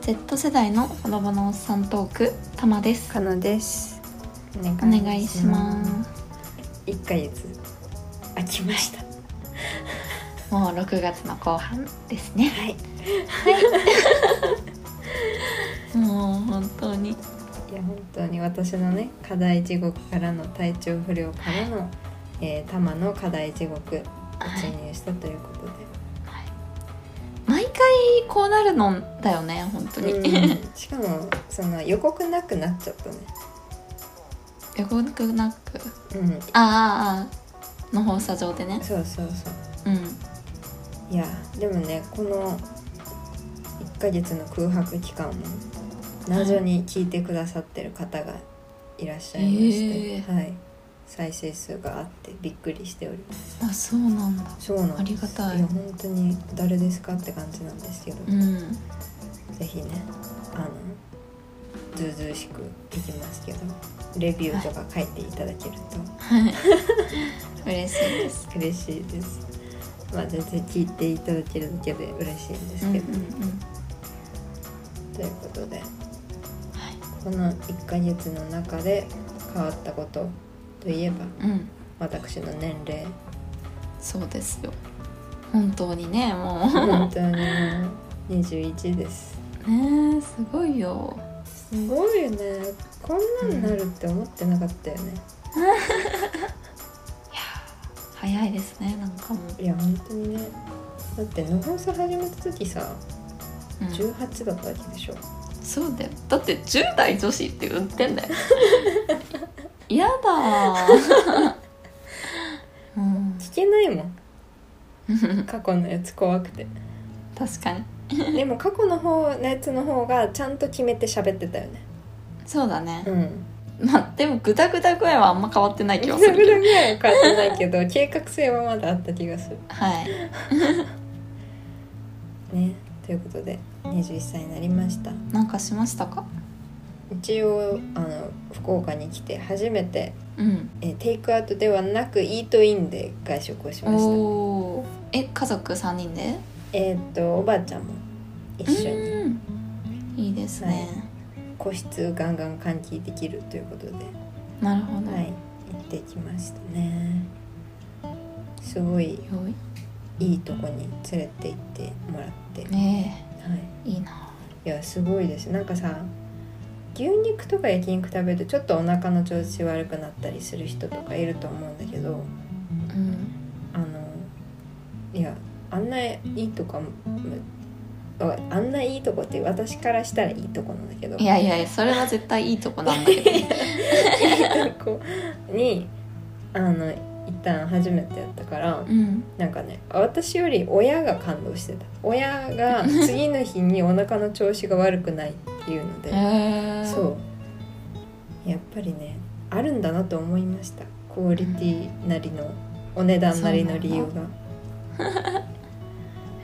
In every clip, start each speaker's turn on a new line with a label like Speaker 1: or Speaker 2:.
Speaker 1: Z 世代のほのぼのおっさんトークたまです
Speaker 2: かなです。お。
Speaker 1: お願いします
Speaker 2: 一ヶ月空きました。は
Speaker 1: すもう6月の後半ですね
Speaker 2: い。
Speaker 1: もう本当に
Speaker 2: いや本当に私のね課題地獄からの体調不良からの、えー、タマの課題地獄に
Speaker 1: はい
Speaker 2: 注入したということで。
Speaker 1: 毎回こうなるのだよね本当に、
Speaker 2: うん、しかもその予告なくなっちゃったね。
Speaker 1: よくなくなく
Speaker 2: うん。
Speaker 1: あーあーあーの放射状でね
Speaker 2: そうそうそう。
Speaker 1: うん
Speaker 2: いやでもねこの1ヶ月の空白期間も謎に聞いてくださってる方がいらっしゃいまして、
Speaker 1: え
Speaker 2: はい、再生数があってびっくりしております
Speaker 1: あそうなんだ
Speaker 2: そうなんです
Speaker 1: ありがたい
Speaker 2: や本当に誰ですかって感じなんですけど、
Speaker 1: うん
Speaker 2: ぜひねあのずうずうしくいきますけどレビューとか書いていただける
Speaker 1: はい嬉しいです
Speaker 2: と嬉しいです、まあ全然聞いていただけるだけで嬉しいんです
Speaker 1: うんう
Speaker 2: け
Speaker 1: ん
Speaker 2: ど、
Speaker 1: うん
Speaker 2: ということで
Speaker 1: はい
Speaker 2: この1ヶ月の中で変わったことといえば
Speaker 1: うん
Speaker 2: 私の年齢
Speaker 1: そうですよ本当にねも
Speaker 2: 本当にもう21です
Speaker 1: うねえすごいよ
Speaker 2: すごいよねこんなんなるって思ってなかったよね
Speaker 1: 早いですねなんかもう、
Speaker 2: いや本当にねだっての放送始めた時さ
Speaker 1: うん
Speaker 2: 18だったわけでしょ
Speaker 1: そうだよだって10代女子って売ってん だよやだー うん
Speaker 2: 聞けないもん過去のやつ怖くて
Speaker 1: 確かに
Speaker 2: でも過去の方のやつの方がちゃんと決めて喋ってたよね
Speaker 1: そうだね
Speaker 2: うん
Speaker 1: まあでもグダグダ具合はあんま変わってない気
Speaker 2: ぐ
Speaker 1: はす
Speaker 2: ら
Speaker 1: るけど
Speaker 2: ぐらいは変わってないけど計画性はまだあった気がする
Speaker 1: はい
Speaker 2: ねということで21歳になりました
Speaker 1: なんかしましたか
Speaker 2: 一応あの福岡に来て初めて、
Speaker 1: うん
Speaker 2: えーテイクアウトではなくイートインで外食をしました
Speaker 1: おおえ家族3人で
Speaker 2: えっ、とおばあちゃんも一緒に
Speaker 1: うんいいですね、
Speaker 2: 個室ガンガン換気できるということで、
Speaker 1: なるほど、
Speaker 2: はい行ってきましたねすごい
Speaker 1: よい
Speaker 2: いいとこに連れて行ってもらって、
Speaker 1: ね
Speaker 2: はい、
Speaker 1: えいいない
Speaker 2: やすごいですなんかさ牛肉とか焼肉食べるとちょっとお腹の調子悪くなったりする人とかいると思うんだけど
Speaker 1: うん
Speaker 2: あのいやあんないいとこああんないいとこって私からしたらいいとこなんだけど
Speaker 1: いやいやいやそれは絶対いいとこなんだけど ね
Speaker 2: いいと こにあの一旦初めてやったから
Speaker 1: うん
Speaker 2: なんかね私より親が感動してた親が次の日にお腹の調子が悪くないっていうので
Speaker 1: へえ
Speaker 2: そうやっぱりねあるんだなと思いましたクオリティなりのお値段なりの理由
Speaker 1: そう
Speaker 2: が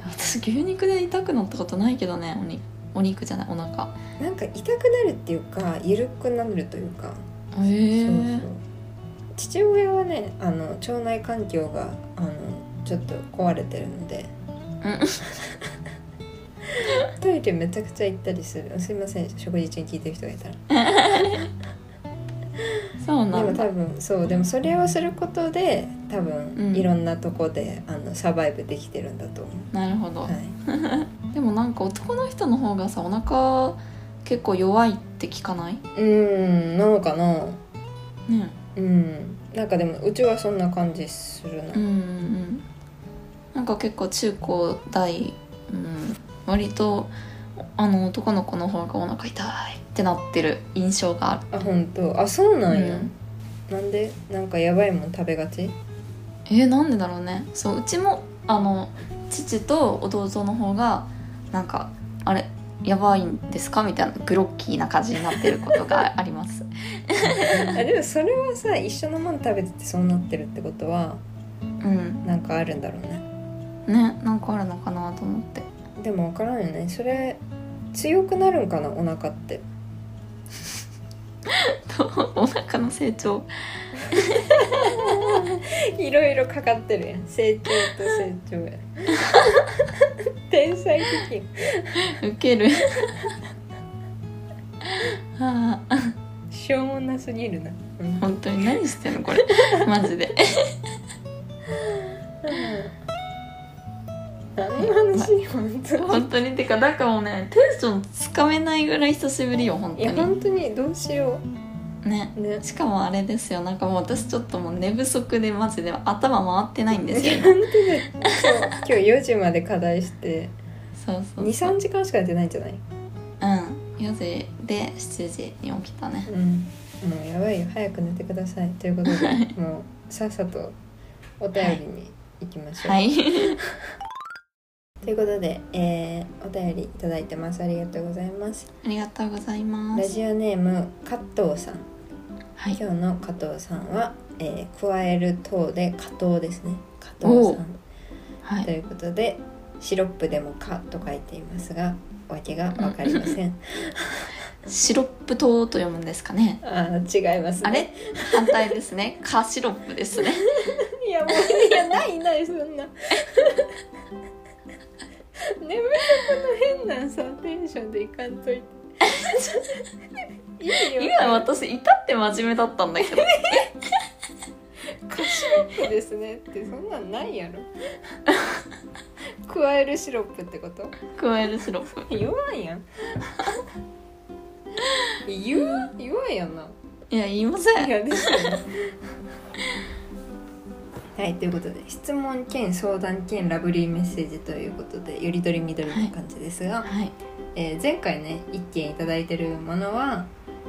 Speaker 1: 私牛肉で痛くなったことないけどねおにお肉じゃないお腹
Speaker 2: なんか痛くなるっていうか緩くなるというか、
Speaker 1: へえ
Speaker 2: そうそう父親はねあの腸内環境があのちょっと壊れてるので トイレめちゃくちゃ行ったりするすいません食事中に聞いてる人がいたら
Speaker 1: そう
Speaker 2: で
Speaker 1: な
Speaker 2: も
Speaker 1: んだ
Speaker 2: 多分そうでもそれをすることで多分、
Speaker 1: うん
Speaker 2: いろんなとこであのサバイブできてるんだと思
Speaker 1: なるほど、
Speaker 2: う、はい、
Speaker 1: でもなんか男の人の方がさお腹結構弱いって聞かないう
Speaker 2: ーんなのかな
Speaker 1: ね
Speaker 2: うんなんかでもうちはそんな感じするな、
Speaker 1: うんうんうんなんか結構中高大、うん、割とあの男の子の方がお腹痛いってなってる印象がある
Speaker 2: あ本当あそうなんや、
Speaker 1: うん
Speaker 2: なんでなんかやばいもん食べが ち
Speaker 1: えー、なんでだろうねそううちもあの父と弟の方がなんかあれやばいんですかみたいなグロッキーな感じになってること があります
Speaker 2: あでもそれはさ一緒のもの食べててそうなってるってことは
Speaker 1: うん
Speaker 2: なんかあるんだろうね
Speaker 1: ねなんかあるのかなと思って
Speaker 2: でも分からんよねそれ強くなるんかなお腹って
Speaker 1: とお腹の成長
Speaker 2: いろいろかかってるやん成長と成長や天才的
Speaker 1: 受けるああ
Speaker 2: しょうもなすぎるな、うん
Speaker 1: 本当に何してんのこれ マジで
Speaker 2: 何の話本当に
Speaker 1: 本当にてかだからもうねテンションつかめないぐらい久しぶりよ本
Speaker 2: いや
Speaker 1: 当
Speaker 2: 本当にどうしよ
Speaker 1: にね
Speaker 2: うね
Speaker 1: しかもあれですよなんかもう私ちょっともう寝不足でマジで頭回ってないんですよ
Speaker 2: いや本当にそう今日4時まで課題して
Speaker 1: そうそうそう
Speaker 2: 23時間しかやってないんじゃない
Speaker 1: うん4時で7時に起きたね
Speaker 2: うんもうやばいよ早く寝てくださいということでもうさっさとお便りに行きましょう、
Speaker 1: はい
Speaker 2: ということで、えーお便りいただいてますありがとうございます
Speaker 1: ありがとうございま
Speaker 2: ラ
Speaker 1: す
Speaker 2: ジオネーム加藤さん
Speaker 1: はい
Speaker 2: 今日の加藤さんは、えー加える糖で加糖ですね加藤さん
Speaker 1: は
Speaker 2: と
Speaker 1: い
Speaker 2: いうことでシロップでも「か」と書いていますがわけがわかりません
Speaker 1: シロップ糖と読むんですかね
Speaker 2: あー違いますね
Speaker 1: あれ反対ですねカシロップですね
Speaker 2: いやもういやないない そんな眠いこの変なさテンションでいかんと いていいよ
Speaker 1: 今私至って真面目だったんだけど
Speaker 2: カシロップですねってそんなんないやろ加えるシロップってこと
Speaker 1: 加えるシロップ
Speaker 2: 言わんやん言う言わんやんない
Speaker 1: や言いません
Speaker 2: いやですよねはいということで質問兼相談兼ラブリーメッセージということでよりどりみどりの感じですが、
Speaker 1: はい
Speaker 2: えー前回ね一件いただいてるものは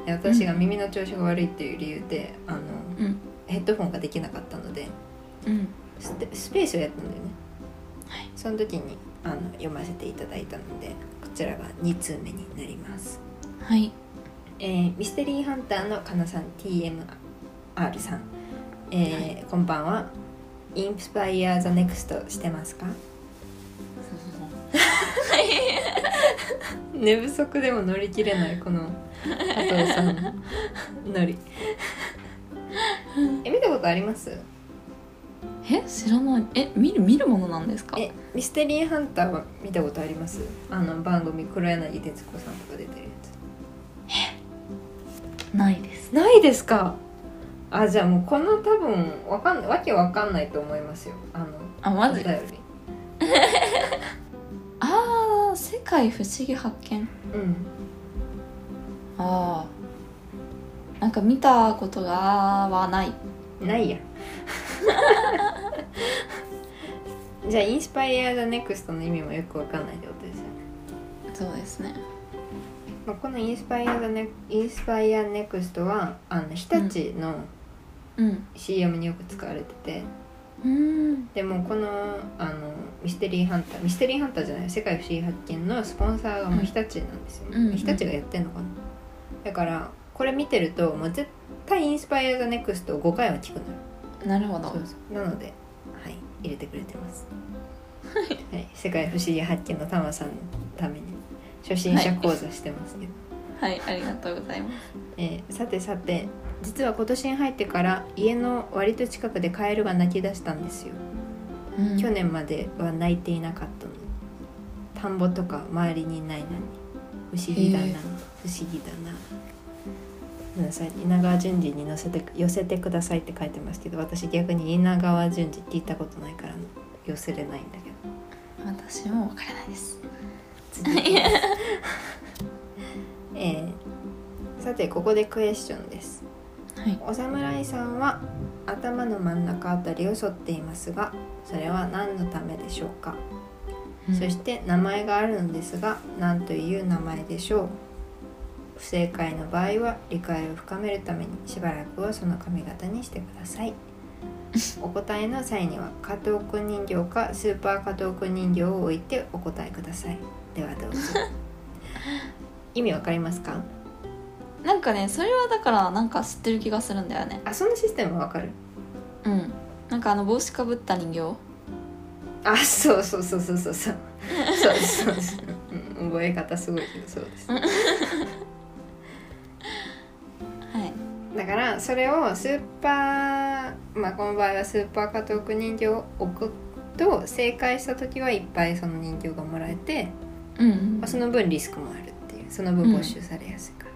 Speaker 2: えー私が耳の調子が悪いっていう理由で、あの
Speaker 1: うん
Speaker 2: ヘッドフォンができなかったので
Speaker 1: うん
Speaker 2: ステスペースをやったんだよね、
Speaker 1: はい
Speaker 2: その時にあの読ませていただいたのでこちらが2通目になります
Speaker 1: はい
Speaker 2: えーミステリーハンターのかなさん TMR さん、えーこんばんはインスパイアザネクストしてますか寝不足でも乗り切れ ないこの加藤さんの乗り え見たことあります
Speaker 1: え知らないえ見る見るものなんですか
Speaker 2: えミステリーハンターは見たことありますあの番組黒柳徹子さんとか出てるや
Speaker 1: ないです
Speaker 2: つないですかあじゃあもうこの多分わかんわけわかんないと思いますよあの
Speaker 1: あ
Speaker 2: お
Speaker 1: マジ
Speaker 2: 便り
Speaker 1: あー世界不思議発見
Speaker 2: うん
Speaker 1: ああなんか見たことがはない
Speaker 2: ないや じゃあインスパイア・ザ・ネクストの意味もよくわかんないってことですよ
Speaker 1: そ
Speaker 2: ね、
Speaker 1: うですね
Speaker 2: まあ、このインスパイア・ザ・ネインスパイア・ネクストはあの日立の
Speaker 1: うん
Speaker 2: CM によく使われてて、
Speaker 1: うん
Speaker 2: でもこのあのミステリーハンターミステリーハンターじゃない世界不思議発見のスポンサーがもう日立なんですよ、ね
Speaker 1: うんうん
Speaker 2: 日立がやってんのかなだからこれ見てるともう絶対インスパイア・ザ・ネクストを5回は聞くの
Speaker 1: な
Speaker 2: よ
Speaker 1: るほど
Speaker 2: そうそうなので、はい、入れてくれてます。はい、世界不思議発見のたまさんのために初心者講座してますけど、
Speaker 1: はいありがとうございます
Speaker 2: えーさてさて実は今年に入ってから家の割と近くでカエルが鳴き出したんですよ、
Speaker 1: うん
Speaker 2: 去年までは鳴いていなかったのに田んぼとか周りにないのに不思議だな、
Speaker 1: へえ
Speaker 2: 不思議だななんさ稲川淳二に乗せて寄せてくださいって書いてますけど私逆に稲川淳二って言ったことないから寄せれないんだけど
Speaker 1: 私もわからないです
Speaker 2: 続きます えーさてここでクエスチョンです
Speaker 1: はい
Speaker 2: お侍さんは頭の真ん中あたりを剃っていますがそれは何のためでしょうかそして名前があるのですが何という名前でしょう不正解の場合は理解を深めるためにしばらくはその髪型にしてくださいお答えの際には加藤くん人形かスーパー加藤くん人形を置いてお答えくださいではどうぞ意味わかりますか
Speaker 1: なんかねそれはだからなんか知ってる気がするんだよね
Speaker 2: あそのシステムわかる
Speaker 1: うんなんかあの帽子かぶった人形
Speaker 2: あそうそうそうそうそうそうそうそうそう、うん、覚え方すごいけどそうです
Speaker 1: はい
Speaker 2: だからそれをスーパーまあこの場合はスーパー加藤君人形を置くと正解した時はいっぱいその人形がもらえて、
Speaker 1: うん
Speaker 2: まあ、その分リスクもあるっていうその分没収されやすいから、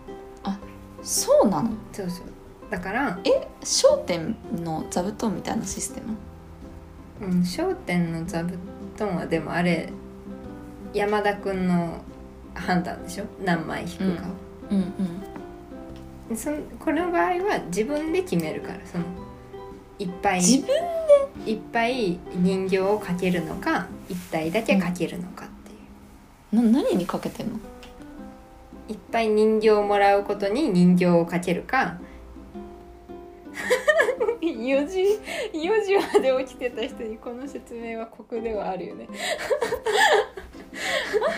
Speaker 1: そうなの
Speaker 2: そうそうだから、
Speaker 1: 商店の座布団みたいなシステム
Speaker 2: うん、商店の座布団はでもあれ山田くんの判断でしょ何枚引くかを、
Speaker 1: うんうん
Speaker 2: でそのこの場合は自分で決めるからそのいっぱい
Speaker 1: 自分
Speaker 2: いっぱい人形をかけるのか1体だけかけるのかっていう、
Speaker 1: な何にかけてんの
Speaker 2: いっぱい人形をもらうことに人形をかける か4時4時まで起きてた人にこの説明は酷ではあるよね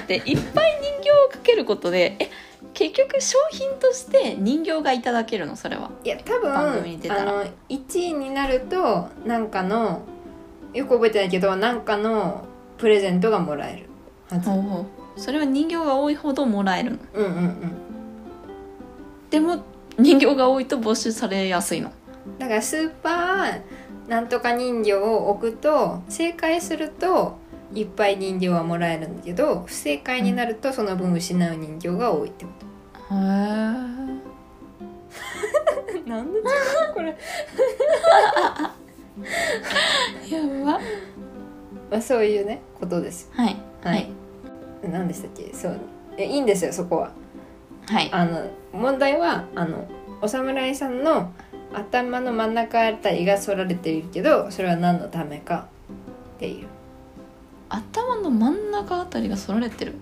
Speaker 1: でいっぱい人形をかけることでえ結局商品として人形がいただけるのそれはい
Speaker 2: や多分
Speaker 1: 番組に出たら
Speaker 2: あの1位になるとなんかのよく覚えてないけどなんかのプレゼントがもらえるはず、
Speaker 1: ほうほうそれは人形が多いほどもらえるの
Speaker 2: うんうんうん
Speaker 1: でも人形が多いと募集されやすいの
Speaker 2: だからスーパーなんとか人形を置くと正解するといっぱい人形はもらえるんだけど不正解になるとその分失う人形が多いってこ
Speaker 1: へえ
Speaker 2: と、なんでこれ、
Speaker 1: やば
Speaker 2: まあ、そういうねことです
Speaker 1: はいはい
Speaker 2: 何でしたっけそういやいいんですよそこは
Speaker 1: はい
Speaker 2: あの問題はあのお侍さんの頭の真ん中あたりが反られているけどそれは何のためかっていう
Speaker 1: 頭の真ん中あたりが反られてる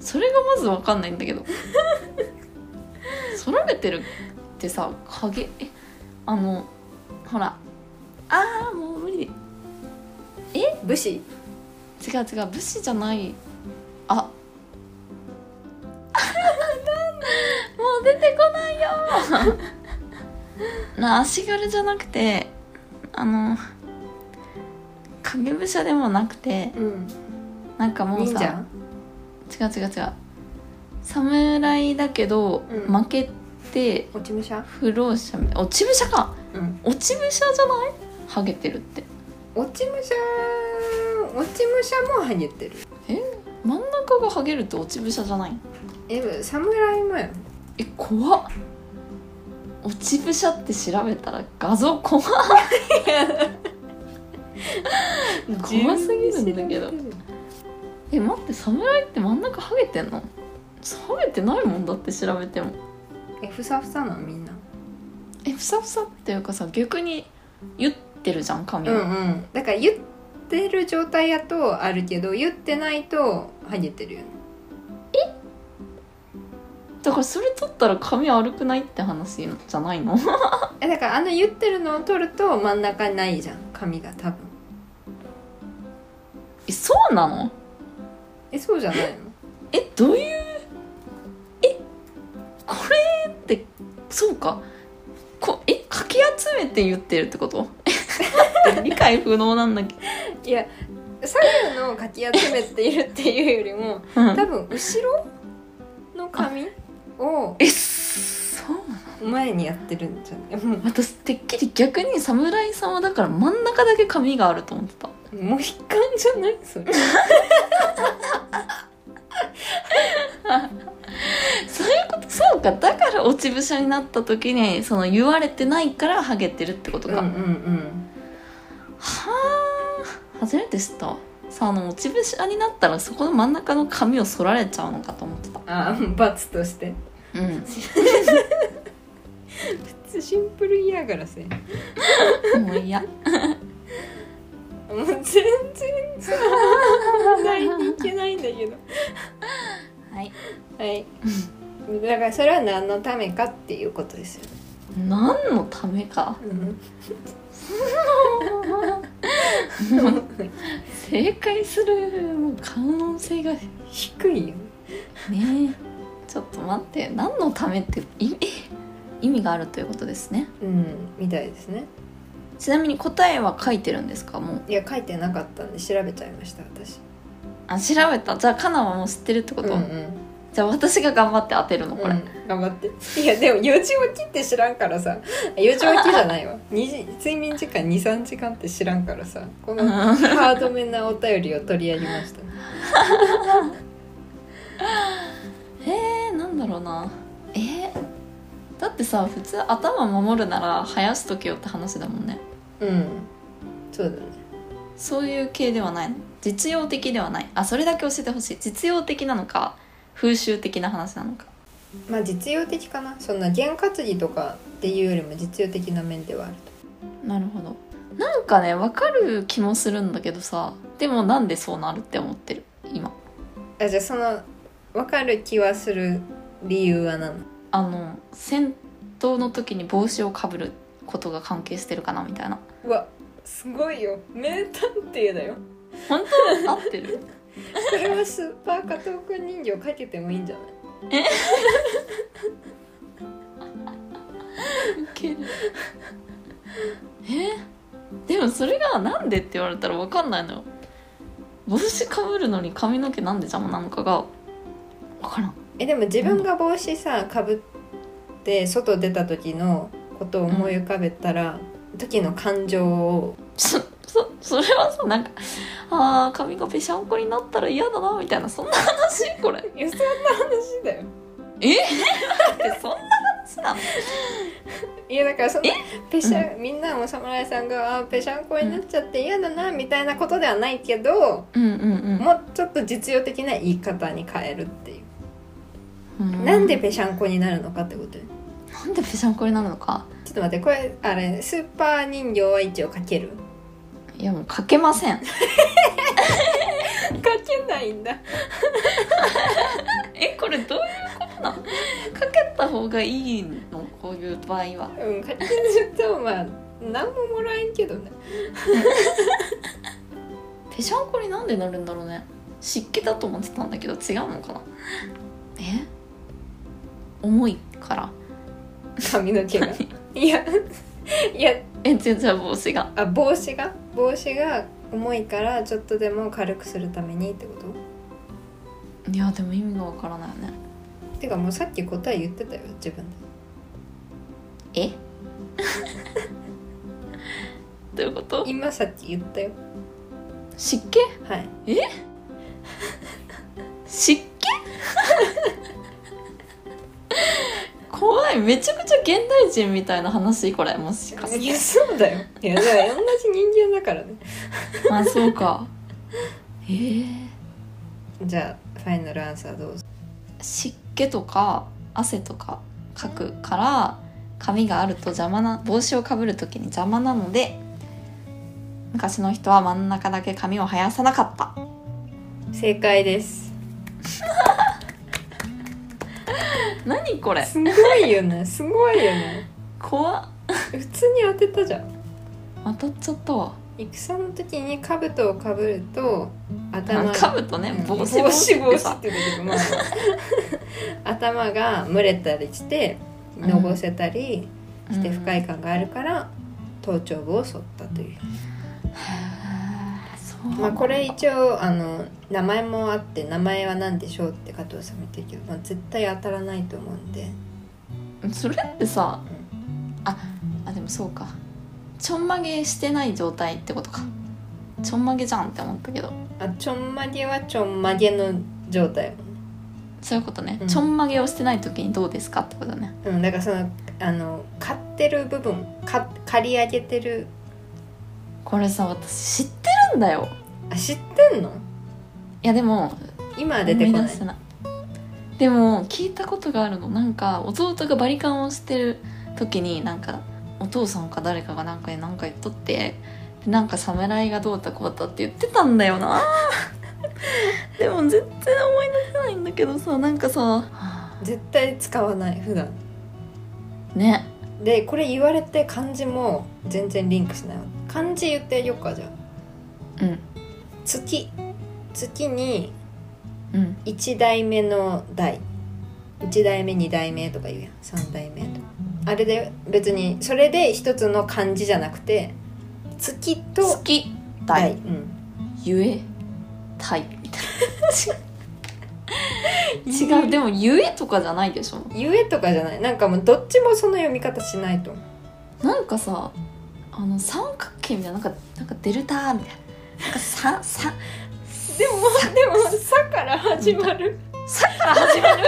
Speaker 1: それがまず分かんないんだけど反られてるってさ影えあのほらあーもう無理
Speaker 2: 武士
Speaker 1: 違う違う武士じゃないあもう出てこないよ な足軽じゃなくてあの影武者でもなくて
Speaker 2: うん
Speaker 1: なんかもう
Speaker 2: 忍
Speaker 1: さ
Speaker 2: 者
Speaker 1: 違う違う違う侍だけど、
Speaker 2: うん
Speaker 1: 負けて
Speaker 2: 落ち武者
Speaker 1: 不老者みたい落ち武者か
Speaker 2: うん
Speaker 1: 落ち武者じゃないハゲてるって
Speaker 2: 落ち武者落ち武者もハゲてる
Speaker 1: 真ん中がハゲるって落ち武者じゃない
Speaker 2: え侍もやん
Speaker 1: え怖っ落ち武者って調べたら画像怖っ怖すぎるんだけどえ待って侍って真ん中ハゲてんのハゲてないもんだって調べても
Speaker 2: えふさふさなのみんな
Speaker 1: えふさふさっていうかさ逆に言ってるじゃん髪
Speaker 2: う
Speaker 1: は、
Speaker 2: んうんだから言ってる状態やとあるけど言ってないとハゲてるよね
Speaker 1: だからそれ取ったら髪悪くないって話じゃないの
Speaker 2: えだからあの言ってるのを取ると真ん中ないじゃん髪が多分
Speaker 1: えそうなの
Speaker 2: えそうじゃないの
Speaker 1: えどういうえこれってそうかこえかき集めて言ってるってこと 待って理解不能なんだけど
Speaker 2: いや左右のかき集めているっていうよりも
Speaker 1: うん
Speaker 2: 多分後ろの髪を
Speaker 1: えそうなの
Speaker 2: 前にやってるんじゃないも
Speaker 1: 私てっきり逆に侍さんはだから真ん中だけ髪があると思ってた
Speaker 2: うもう悲観じゃないそれ
Speaker 1: そういうことそうかだから落ち武者になった時にその言われてないからハゲてるってこと
Speaker 2: うん
Speaker 1: か、
Speaker 2: うんうん
Speaker 1: はあ初めて知ったわさあの落ち武者になったらそこの真ん中の髪を剃られちゃうのかと思ってた
Speaker 2: あ ー罰として
Speaker 1: うん
Speaker 2: シンプル嫌がらせも
Speaker 1: もういや
Speaker 2: う全然さ問題にいけないんだけど
Speaker 1: はい
Speaker 2: はいだからそれは何のためかっていうことですよ、
Speaker 1: 何のためか正解するもう可能性がね
Speaker 2: 低いよ
Speaker 1: ちょっと待って何のためって意味意味があるということですね
Speaker 2: うんみたいですね
Speaker 1: ちなみに答えは書いてるんですかもう
Speaker 2: いや書いてなかったんで調べちゃいました私
Speaker 1: あ調べたじゃあカナはもう知ってるってこと、
Speaker 2: うん
Speaker 1: じゃあ私が頑張って当てるのこれ、
Speaker 2: うん頑張っていやでも4時起きって知らんからさ4時起きじゃないわ二時睡眠時間23時間って知らんからさこの
Speaker 1: うん
Speaker 2: ハードめなお便りを取り上げました
Speaker 1: えー、なんだろうなえー、だってさ普通頭守るなら生やしとけよって話だもんね
Speaker 2: うんそうだね
Speaker 1: そういう系ではないの実用的ではないあそれだけ教えてほしい実用的なのか風習的な話なのか
Speaker 2: まあ実用的かなそんな験担ぎとかっていうよりも実用的な面ではある
Speaker 1: なるほどなんかね分かる気もするんだけどさでもなんでそうなるって思ってる今
Speaker 2: とあじゃあその分かる気はする理由は何なの
Speaker 1: あの戦闘の時に帽子をかぶることが関係してるかなみたいな
Speaker 2: うわすごいよ名探偵だよ
Speaker 1: 本当合ってる
Speaker 2: これはスーパー加藤くん人形かけてもいいんじゃない
Speaker 1: ウケるえでもそれがなんでって言われたら分かんないのよ帽子かぶるのに髪の毛なんで邪魔なのかが分からん
Speaker 2: えでも自分が帽子さかぶって外出た時のことを思い浮かべたら、時の感情を
Speaker 1: そそそれはさなんかあー髪がぺしゃんこになったら嫌だなみたいなそんな話これ
Speaker 2: いやそんな話だよ
Speaker 1: ってそんな話なの
Speaker 2: いやだからそのペシャ、みんなも侍さんがあーペシャンコになっちゃって嫌だなみたいなことではないけど、
Speaker 1: うんうん
Speaker 2: もうちょっと実用的な言い方に変えるってい
Speaker 1: う
Speaker 2: う、
Speaker 1: ん
Speaker 2: なんでペシャンコになるのかってことよ
Speaker 1: なんでぺしゃんこになるのか
Speaker 2: ちょっと待ってこれあれスーパー人形は一応かける
Speaker 1: いやもうかけません
Speaker 2: かけないんだ
Speaker 1: えこれどういうことなのかけた方がいいのこういう場合は
Speaker 2: うんかけるとまあ何ももらえんけどね
Speaker 1: ぺしゃんこになんでなるんだろうね湿気だと思ってたんだけど違うのかなえ重いから
Speaker 2: 髪の毛がいやいや
Speaker 1: え全然帽子が
Speaker 2: あ帽子が帽子が重いからちょっとでも軽くするためにってこと
Speaker 1: いやでも意味がわからないよね
Speaker 2: てかもうさっき答え言ってたよ自分で
Speaker 1: えどういうこと
Speaker 2: 今さっき言ったよ
Speaker 1: 湿気
Speaker 2: はい
Speaker 1: 湿気 怖いめちゃくちゃ現代人みたいな話これもしか
Speaker 2: い
Speaker 1: し
Speaker 2: やそうだよいやだから同じ人間だからね
Speaker 1: てまあそうかえー、
Speaker 2: じゃあファイナルアンサーどうぞ
Speaker 1: 湿気とか汗とかかくから髪があると邪魔な帽子をかぶる時に邪魔なので昔の人は真ん中だけ髪を生やさなかった
Speaker 2: 正解です
Speaker 1: 何これ
Speaker 2: すごいよねすごいよね
Speaker 1: 怖っ
Speaker 2: 普通に当てたじゃん
Speaker 1: 当たっちゃったわ
Speaker 2: 戦の時に兜をかぶると頭
Speaker 1: かぶとね帽子
Speaker 2: 帽子
Speaker 1: 帽
Speaker 2: 帽
Speaker 1: 子
Speaker 2: 子
Speaker 1: っ
Speaker 2: ってて言うけ どまあまあ頭が蒸れたりしてのぼせたり
Speaker 1: さ
Speaker 2: して不
Speaker 1: うん
Speaker 2: 快感があるから頭頂部を剃ったとい
Speaker 1: へ
Speaker 2: う、
Speaker 1: ーそうなんだ
Speaker 2: まあ、これ一応あの名前もあって名前は何でしょうって加藤さんも言ってるけど、まあ、絶対当たらないと思うんで
Speaker 1: それってさああでもそうかちょんまげしてない状態ってことかちょんまげじゃんって思ったけど
Speaker 2: あちょんまげはちょんまげの状態、
Speaker 1: そういうことね、
Speaker 2: うん
Speaker 1: ちょんまげをしてない時にどうですかってことね
Speaker 2: うん、だからそのあの刈ってる部分か刈り上げてる
Speaker 1: これさ私知ってるんだよ
Speaker 2: あ知ってんの
Speaker 1: いやでも
Speaker 2: 今は
Speaker 1: 思
Speaker 2: 出
Speaker 1: い
Speaker 2: てこな
Speaker 1: 出
Speaker 2: い
Speaker 1: せないでも聞いたことがあるのなんか弟がバリカンをしてる時になんかお父さんか誰かがなんかでなんか言っとってでなんか侍がどうだこうだって言ってたんだよ なでも絶対思い出せないんだけどさなんかさ
Speaker 2: 絶対使わない普段
Speaker 1: ね
Speaker 2: でこれ言われて漢字も全然リンクしない漢字言ってあげようかじゃあ
Speaker 1: うん
Speaker 2: 月月に
Speaker 1: うん
Speaker 2: 1代目の代1代目2代目とか言うやん3代目とかあれで別にそれで一つの漢字じゃなくて月
Speaker 1: 好
Speaker 2: と
Speaker 1: きだ
Speaker 2: 代、
Speaker 1: い
Speaker 2: うん、
Speaker 1: ゆえた いみたいな違うでもゆえとかじゃないでしょ
Speaker 2: ゆえとかじゃないなんかもうどっちもその読み方しないと思う
Speaker 1: なんかさあの三角形みたいななんかなんかデルタみたいななんかささ
Speaker 2: でもでも「さ」から始まる
Speaker 1: さから始まる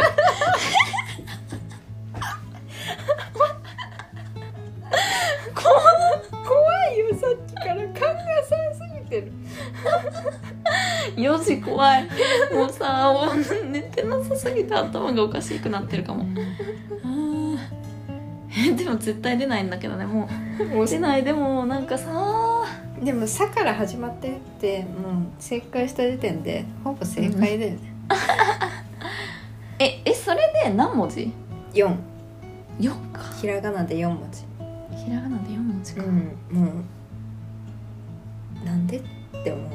Speaker 1: 4時怖いもうさもう寝てなさすぎて頭がおかしくなってるかもあーえでも絶対出ないんだけどねもう出ないでもなんかさ
Speaker 2: でも「さ」から始まってるってもう正解した時点でほぼ正解だよね、
Speaker 1: ええそれで何文字
Speaker 2: 四
Speaker 1: ?4 か
Speaker 2: 4ひらがなで4文字
Speaker 1: ひらがなで4文字か、
Speaker 2: うんもうなんでって思う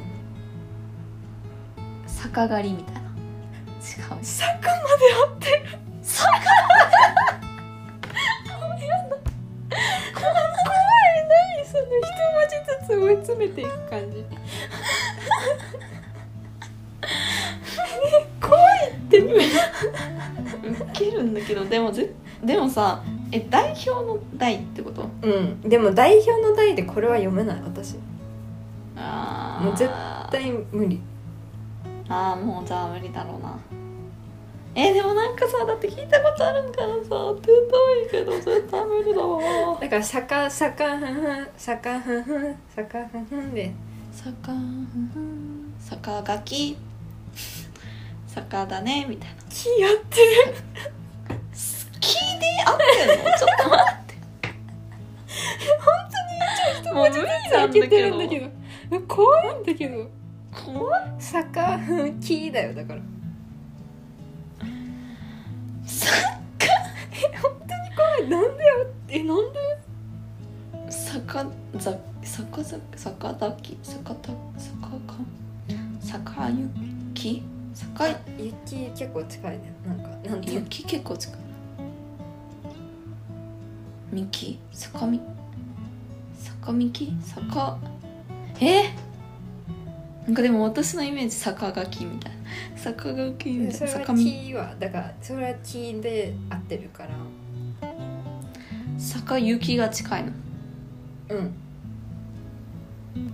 Speaker 1: 逆狩りみたいな違う
Speaker 2: 坂まで合ってる坂怖い何その一文字ずつ追い詰めていく感じ怖いって
Speaker 1: ウケるんだけどでもぜでもさえ代表の代ってこと
Speaker 2: うんでも代表の代でこれは読めない私絶
Speaker 1: あー
Speaker 2: もう絶対無理
Speaker 1: あーもうじゃあ無理だろうなえでもなんかさだって聞いたことあるんからさ出たいけど絶対無理だわ
Speaker 2: だから坂坂ふんふん坂ふんふん坂ふんふんで
Speaker 1: 坂坂がき坂だねみたいな
Speaker 2: 「き」やってる
Speaker 1: 好きで合ってんのちょっと待って本当に一応一文
Speaker 2: さ
Speaker 1: 字ずつ
Speaker 2: けてるんだけど怖いんだけど
Speaker 1: 怖い
Speaker 2: 坂ふん「き」だよだからえなんでよえなんで
Speaker 1: 坂ざ坂ざ坂だき坂だ坂か坂雪坂
Speaker 2: あ雪結構近いねなんかなんていうの
Speaker 1: 雪結構近い幹坂み坂幹坂えなんかでも私のイメージ坂垣みたいな坂垣み
Speaker 2: そ
Speaker 1: たい
Speaker 2: れ
Speaker 1: な
Speaker 2: は
Speaker 1: 坂
Speaker 2: 「
Speaker 1: み
Speaker 2: き」はだからそれは「き」で合ってるから
Speaker 1: 坂雪が近いの
Speaker 2: うん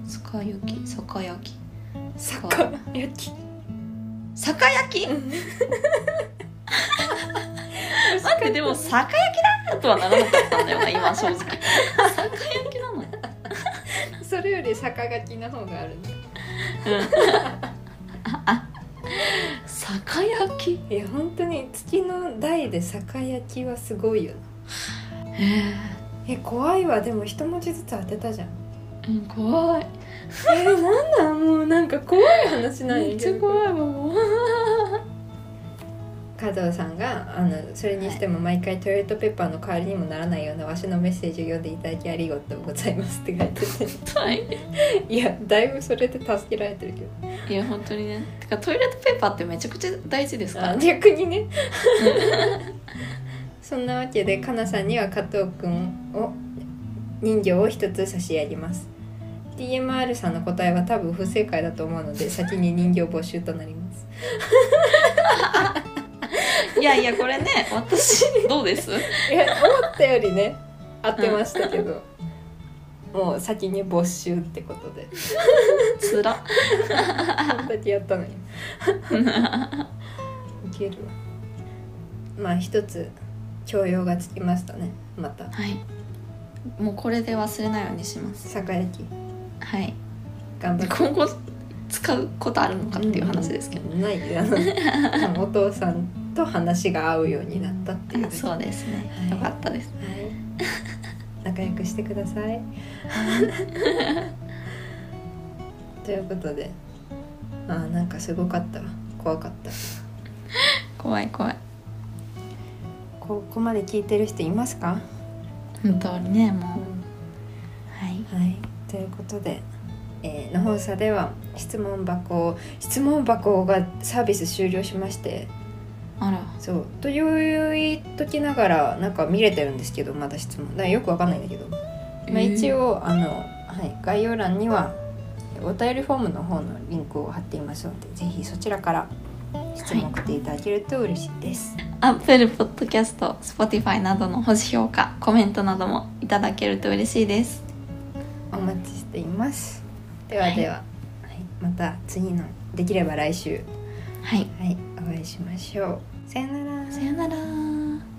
Speaker 1: 坂雪坂焼き
Speaker 2: 坂焼き
Speaker 1: 坂焼き待ってでも坂焼きだとはならなかったんだよな今正 直坂焼きなの
Speaker 2: それより坂書きの方があるね
Speaker 1: 坂焼き
Speaker 2: いや本当に月の台で酒焼きはすごいよなえ怖いわでも一文字ずつ当てたじゃん
Speaker 1: うん怖い
Speaker 2: えー、なんなんもうなんか怖い話なんや
Speaker 1: めっちゃ
Speaker 2: い
Speaker 1: 怖いわもう
Speaker 2: 加藤さんがあのそれにしても毎回トイレットペーパーの代わりにもならないようなわしのメッセージを読んでいただきありがとうございますって書いて
Speaker 1: はい
Speaker 2: ていやだいぶそれで助けられてるけど
Speaker 1: いや本当にねてかトイレットペーパーってめちゃくちゃ大事ですから
Speaker 2: あ
Speaker 1: ね
Speaker 2: 逆にね そんなわけでかなさんには加藤くんを人形を一つ差し上げます DMR さんの答えは多分不正解だと思うの で先に人形募集となります
Speaker 1: いやいやこれね 私どうです
Speaker 2: いや思ったよりね合ってましたけど、もう先に募集ってことで
Speaker 1: つら
Speaker 2: こんだけやったの にいけるわまあ一つ教養がつきましたねまた
Speaker 1: はいもうこれで忘れないようにします
Speaker 2: 酒焼き
Speaker 1: はい
Speaker 2: 頑張って
Speaker 1: 今後使うことあるのかっていう話ですけど、
Speaker 2: うんないあのお父さんと話が合うようになったっていうだけ
Speaker 1: そうですね、
Speaker 2: はい
Speaker 1: よかったです
Speaker 2: はい仲良くしてくださ いということであーなんかすごかったわ怖かった
Speaker 1: 怖い怖い
Speaker 2: ここまで聞いてる人いますか、
Speaker 1: 本当にねもう
Speaker 2: は
Speaker 1: はい
Speaker 2: いということで、えー、の放送では質問箱を質問箱がサービス終了しまして
Speaker 1: あら
Speaker 2: そうと言いときながらなんか見れてるんですけどまだ質問だからよくわかんないんだけど、まあ、
Speaker 1: えー
Speaker 2: 一応あの、はい、概要欄にはお便りフォームの方のリンクを貼っていますのでぜひそちらから質問を送っていただけると嬉しいです。
Speaker 1: Apple Podcast、Spotify などの星評価、コメントなどもいただけると嬉しいです。
Speaker 2: お待ちしています。ではでは、はい、また次のできれば来週
Speaker 1: はい、
Speaker 2: はいお会いしましょう。さよなら。
Speaker 1: さよなら。